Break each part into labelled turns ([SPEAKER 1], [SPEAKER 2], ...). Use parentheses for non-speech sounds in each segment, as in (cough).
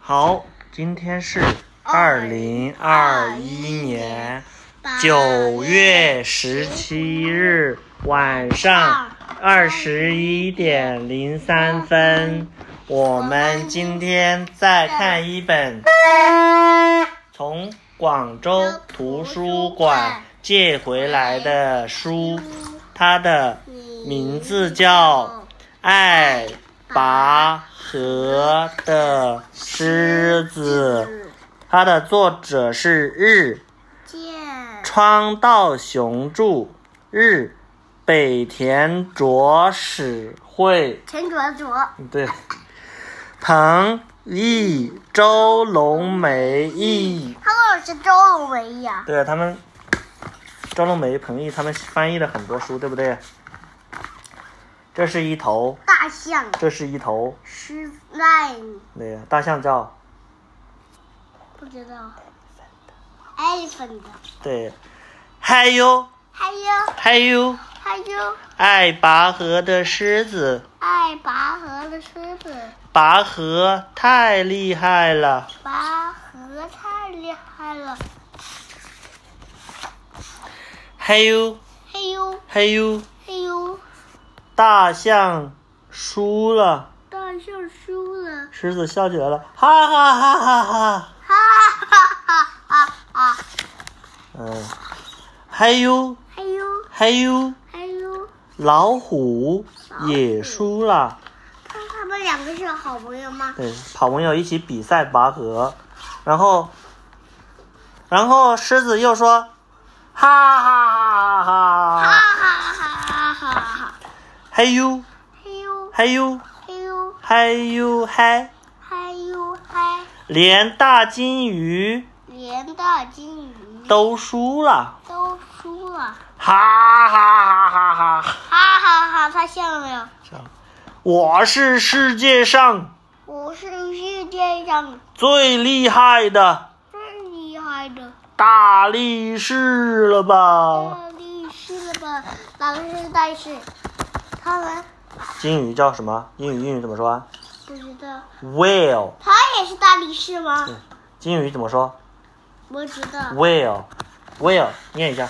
[SPEAKER 1] 好，今天是二零二一年九月十七日晚上二十一点零三分，我们今天再看一本从广州图书馆借回来的书，它的名字叫《爱拔河的狮子》，它的作者是日
[SPEAKER 2] 见
[SPEAKER 1] 川道雄著，日北田卓史绘。
[SPEAKER 2] 陈卓卓，
[SPEAKER 1] 对，彭毅、周龙梅毅，
[SPEAKER 2] 他老是周围呀，
[SPEAKER 1] 对他们，周龙梅、彭毅他们翻译了很多书，对不对？这是一头，
[SPEAKER 2] 大象、
[SPEAKER 1] 这是一头，
[SPEAKER 2] 狮子、lion，
[SPEAKER 1] 对呀，大象叫
[SPEAKER 2] 不知道，elephant，哎
[SPEAKER 1] 对，嗨哟
[SPEAKER 2] 还有
[SPEAKER 1] 嗨哟，
[SPEAKER 2] 还有
[SPEAKER 1] 爱拔河的狮子，
[SPEAKER 2] 爱拔河的狮子，
[SPEAKER 1] 拔河太厉害了，
[SPEAKER 2] 拔河太厉害了，
[SPEAKER 1] 嗨哟
[SPEAKER 2] 嘿呦
[SPEAKER 1] 嗨哟，
[SPEAKER 2] 嘿呦，
[SPEAKER 1] 大象输了，
[SPEAKER 2] 大象输了，
[SPEAKER 1] 狮子笑起来了，哈哈哈哈哈哈。
[SPEAKER 2] 哈哈哈 (laughs) 哈哈，
[SPEAKER 1] 嗯，还有
[SPEAKER 2] 嘿呦
[SPEAKER 1] 还有
[SPEAKER 2] 嘿呦，
[SPEAKER 1] 老虎也输了，
[SPEAKER 2] 看他们两个是好朋友吗？
[SPEAKER 1] 对，好朋友一起比赛拔河，然后，然后狮子又说，哈哈哈
[SPEAKER 2] 哈
[SPEAKER 1] 哈哈，
[SPEAKER 2] 哈哈哈哈，
[SPEAKER 1] 还有
[SPEAKER 2] 嘿呦
[SPEAKER 1] 还有
[SPEAKER 2] 嘿呦。
[SPEAKER 1] 还有还，
[SPEAKER 2] 嗨呦嗨，
[SPEAKER 1] 连大金鱼
[SPEAKER 2] 连大金鱼
[SPEAKER 1] 都输了，
[SPEAKER 2] 都输了，
[SPEAKER 1] 哈哈哈哈哈，
[SPEAKER 2] 哈哈哈！他笑没有？
[SPEAKER 1] 我是世界上
[SPEAKER 2] 我是世界上
[SPEAKER 1] 最厉害的
[SPEAKER 2] 最厉害的
[SPEAKER 1] 大力士了吧？
[SPEAKER 2] 大力士了吧？哪个是大力士？他们
[SPEAKER 1] 金鱼叫什么？英语英语怎么说啊
[SPEAKER 2] 不知道，
[SPEAKER 1] ？Whale。嗯
[SPEAKER 2] 他也是大力士吗？
[SPEAKER 1] 金鱼怎么说
[SPEAKER 2] 我知道，
[SPEAKER 1] ？Whale。Whale 念一下，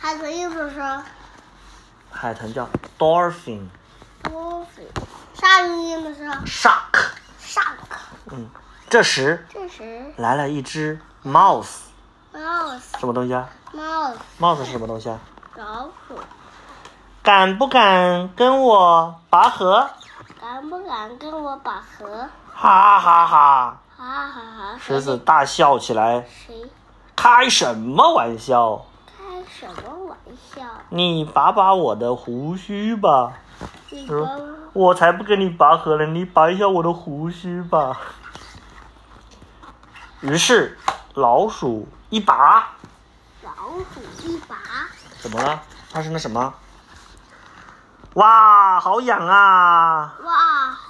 [SPEAKER 2] 海豚又说说
[SPEAKER 1] 海豚叫 dolphin
[SPEAKER 2] 多水，鲨鱼又说
[SPEAKER 1] shark。
[SPEAKER 2] shark，
[SPEAKER 1] 嗯，这时
[SPEAKER 2] 这时
[SPEAKER 1] 来了一只 mouse，
[SPEAKER 2] mouse
[SPEAKER 1] 什么东西啊
[SPEAKER 2] mouse
[SPEAKER 1] ？mouse 是什么东西啊？
[SPEAKER 2] 老虎，
[SPEAKER 1] 敢不敢跟我拔河？
[SPEAKER 2] 敢不敢跟我拔河？
[SPEAKER 1] 哈哈哈！
[SPEAKER 2] 哈哈哈！
[SPEAKER 1] 狮子大笑起来，
[SPEAKER 2] 谁
[SPEAKER 1] 开什么玩笑？
[SPEAKER 2] 开什么玩笑？
[SPEAKER 1] 你拔拔我的胡须吧。
[SPEAKER 2] 你
[SPEAKER 1] 说
[SPEAKER 2] 跟
[SPEAKER 1] 我才不跟你拔河呢，你拔一下我的胡须吧。于是，老鼠一拔，
[SPEAKER 2] 老虎一拔，
[SPEAKER 1] 怎么了？发生了什么？哇，好痒啊！
[SPEAKER 2] 哇，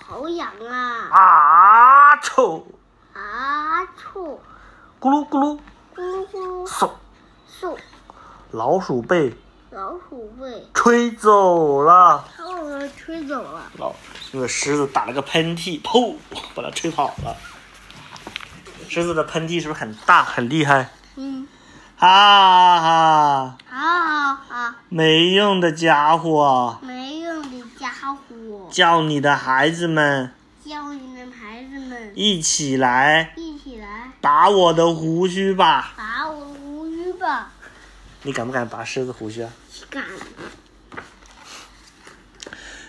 [SPEAKER 2] 好痒啊！
[SPEAKER 1] 啊，臭！
[SPEAKER 2] 啊，醋，
[SPEAKER 1] 咕噜咕噜，
[SPEAKER 2] 咕噜
[SPEAKER 1] 嗖！
[SPEAKER 2] 送
[SPEAKER 1] 老鼠被
[SPEAKER 2] 老虎被
[SPEAKER 1] 吹走了。
[SPEAKER 2] 他们吹走了。
[SPEAKER 1] 老那个狮子打了个喷嚏，噗，把它吹跑了。狮子的喷嚏是不是很大很厉害？
[SPEAKER 2] 嗯，
[SPEAKER 1] 哈哈。
[SPEAKER 2] 啊啊，
[SPEAKER 1] 没用的家伙，
[SPEAKER 2] 没用的家伙，
[SPEAKER 1] 叫你的孩子们
[SPEAKER 2] 叫你们孩子们
[SPEAKER 1] 一起来
[SPEAKER 2] 一起来
[SPEAKER 1] 拔我的胡须吧！
[SPEAKER 2] 拔我无语吧！
[SPEAKER 1] 你敢不敢拔狮子胡须啊？
[SPEAKER 2] 敢，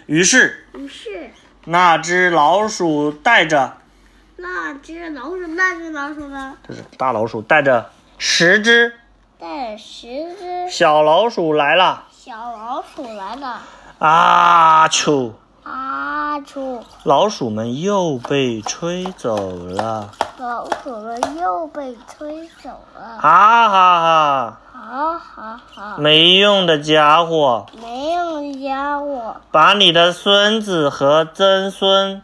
[SPEAKER 1] 于是
[SPEAKER 2] 于是
[SPEAKER 1] 那只老鼠带着，
[SPEAKER 2] 那只老鼠，那只老鼠呢？
[SPEAKER 1] 这是大老鼠带着十只
[SPEAKER 2] 带了十只
[SPEAKER 1] 小老鼠来了。
[SPEAKER 2] 小老鼠来了，
[SPEAKER 1] 啊啾！
[SPEAKER 2] 阿楚
[SPEAKER 1] 老鼠们又被吹走了，
[SPEAKER 2] 老鼠们又被吹走了，
[SPEAKER 1] 啊哈哈
[SPEAKER 2] 好好
[SPEAKER 1] 哈！
[SPEAKER 2] 好，
[SPEAKER 1] 没用的家伙，
[SPEAKER 2] 没用的家伙，
[SPEAKER 1] 把你的孙子和曾孙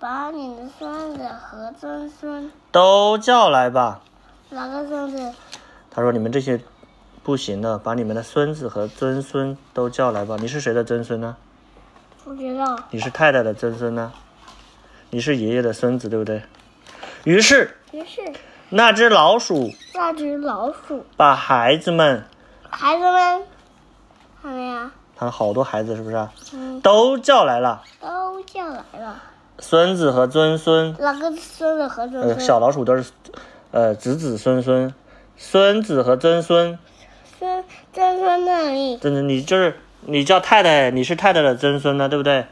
[SPEAKER 2] 把你的孙子和曾孙，
[SPEAKER 1] 都叫来吧。
[SPEAKER 2] 哪个孙子？
[SPEAKER 1] 他说：“你们这些不行的，把你们的孙子和曾孙都叫来吧。你是谁的曾孙呢？
[SPEAKER 2] 不知道，
[SPEAKER 1] 你是太太的曾孙呢？你是爷爷的孙子，对不对？于是
[SPEAKER 2] 于是
[SPEAKER 1] 那只老鼠
[SPEAKER 2] 那只老鼠，
[SPEAKER 1] 把孩子们，
[SPEAKER 2] 孩子们，看没呀？
[SPEAKER 1] 看好多孩子是不是啊、
[SPEAKER 2] 嗯，
[SPEAKER 1] 都叫来了？
[SPEAKER 2] 都叫来了，
[SPEAKER 1] 孙子和曾孙，
[SPEAKER 2] 老跟孙子和孙
[SPEAKER 1] 呃，小
[SPEAKER 2] 孙，
[SPEAKER 1] 老鼠都是，呃，子子孙孙，孙子和曾孙，
[SPEAKER 2] 孙曾孙那里，
[SPEAKER 1] 真的，你就是你叫太太，你是太太的曾孙呢，对不对？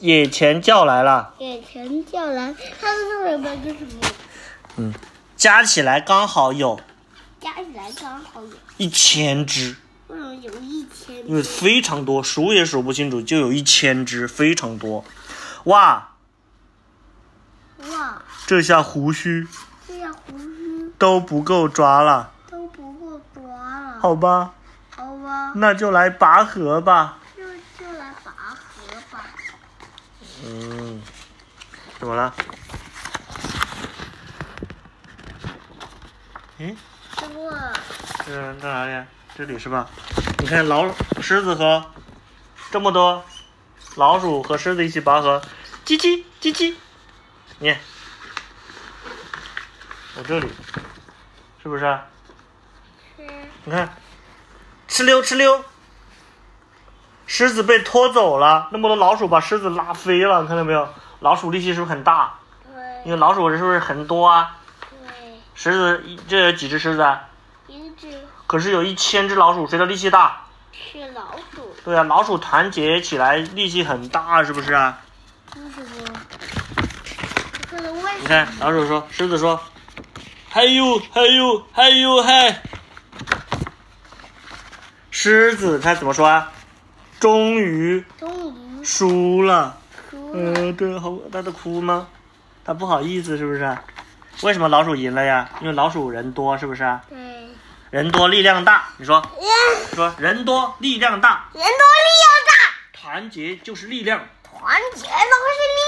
[SPEAKER 1] 野前叫来了，
[SPEAKER 2] 给全叫来，他们这里边就是没有
[SPEAKER 1] 加起来刚好有
[SPEAKER 2] 加起来刚好有，
[SPEAKER 1] 一千只，
[SPEAKER 2] 为什么有一千
[SPEAKER 1] 因为非常多，数也数不清楚，就有一千只，非常多。哇，
[SPEAKER 2] 哇？
[SPEAKER 1] 这下胡须
[SPEAKER 2] 这样胡须
[SPEAKER 1] 都不够抓了，
[SPEAKER 2] 都不够抓了，
[SPEAKER 1] 好吧，
[SPEAKER 2] 好吧？
[SPEAKER 1] 那就来拔河吧。
[SPEAKER 2] 就就来拔河吧。
[SPEAKER 1] 嗯，怎么了？嗯，
[SPEAKER 2] 师傅，
[SPEAKER 1] 这在哪里？这里是吧？你看老狮子和这么多老鼠和狮子一起拔河，叽叽叽叽，你看我这里是不是啊？
[SPEAKER 2] 是
[SPEAKER 1] 你看，哧溜哧溜，狮子被拖走了，那么多老鼠把狮子拉飞了，你看到没有？老鼠力气是不是很大？因
[SPEAKER 2] 对
[SPEAKER 1] 为老鼠是不是很多啊？
[SPEAKER 2] 对，
[SPEAKER 1] 狮子一这有几只狮子啊？
[SPEAKER 2] 一只
[SPEAKER 1] 可是有一千只老鼠，谁的力气大？
[SPEAKER 2] 是老鼠，
[SPEAKER 1] 对啊，老鼠团结起来力气很大，是不是啊？
[SPEAKER 2] 为什么？这个为
[SPEAKER 1] 你
[SPEAKER 2] 什
[SPEAKER 1] 看，老鼠说，狮子说，嗨呦嗨呦嗨呦嗨！狮子它怎么说啊？终于
[SPEAKER 2] 终于
[SPEAKER 1] 输了。
[SPEAKER 2] 输了？
[SPEAKER 1] 呃，对，好，它都哭吗？它不好意思，是不是啊？为什么老鼠赢了呀？因为老鼠人多，是不是啊？
[SPEAKER 2] 对，人
[SPEAKER 1] 人多力量大。你说，
[SPEAKER 2] 人
[SPEAKER 1] 说人多力量大，
[SPEAKER 2] 多力量大，
[SPEAKER 1] 团结就是力量。
[SPEAKER 2] 团结都是力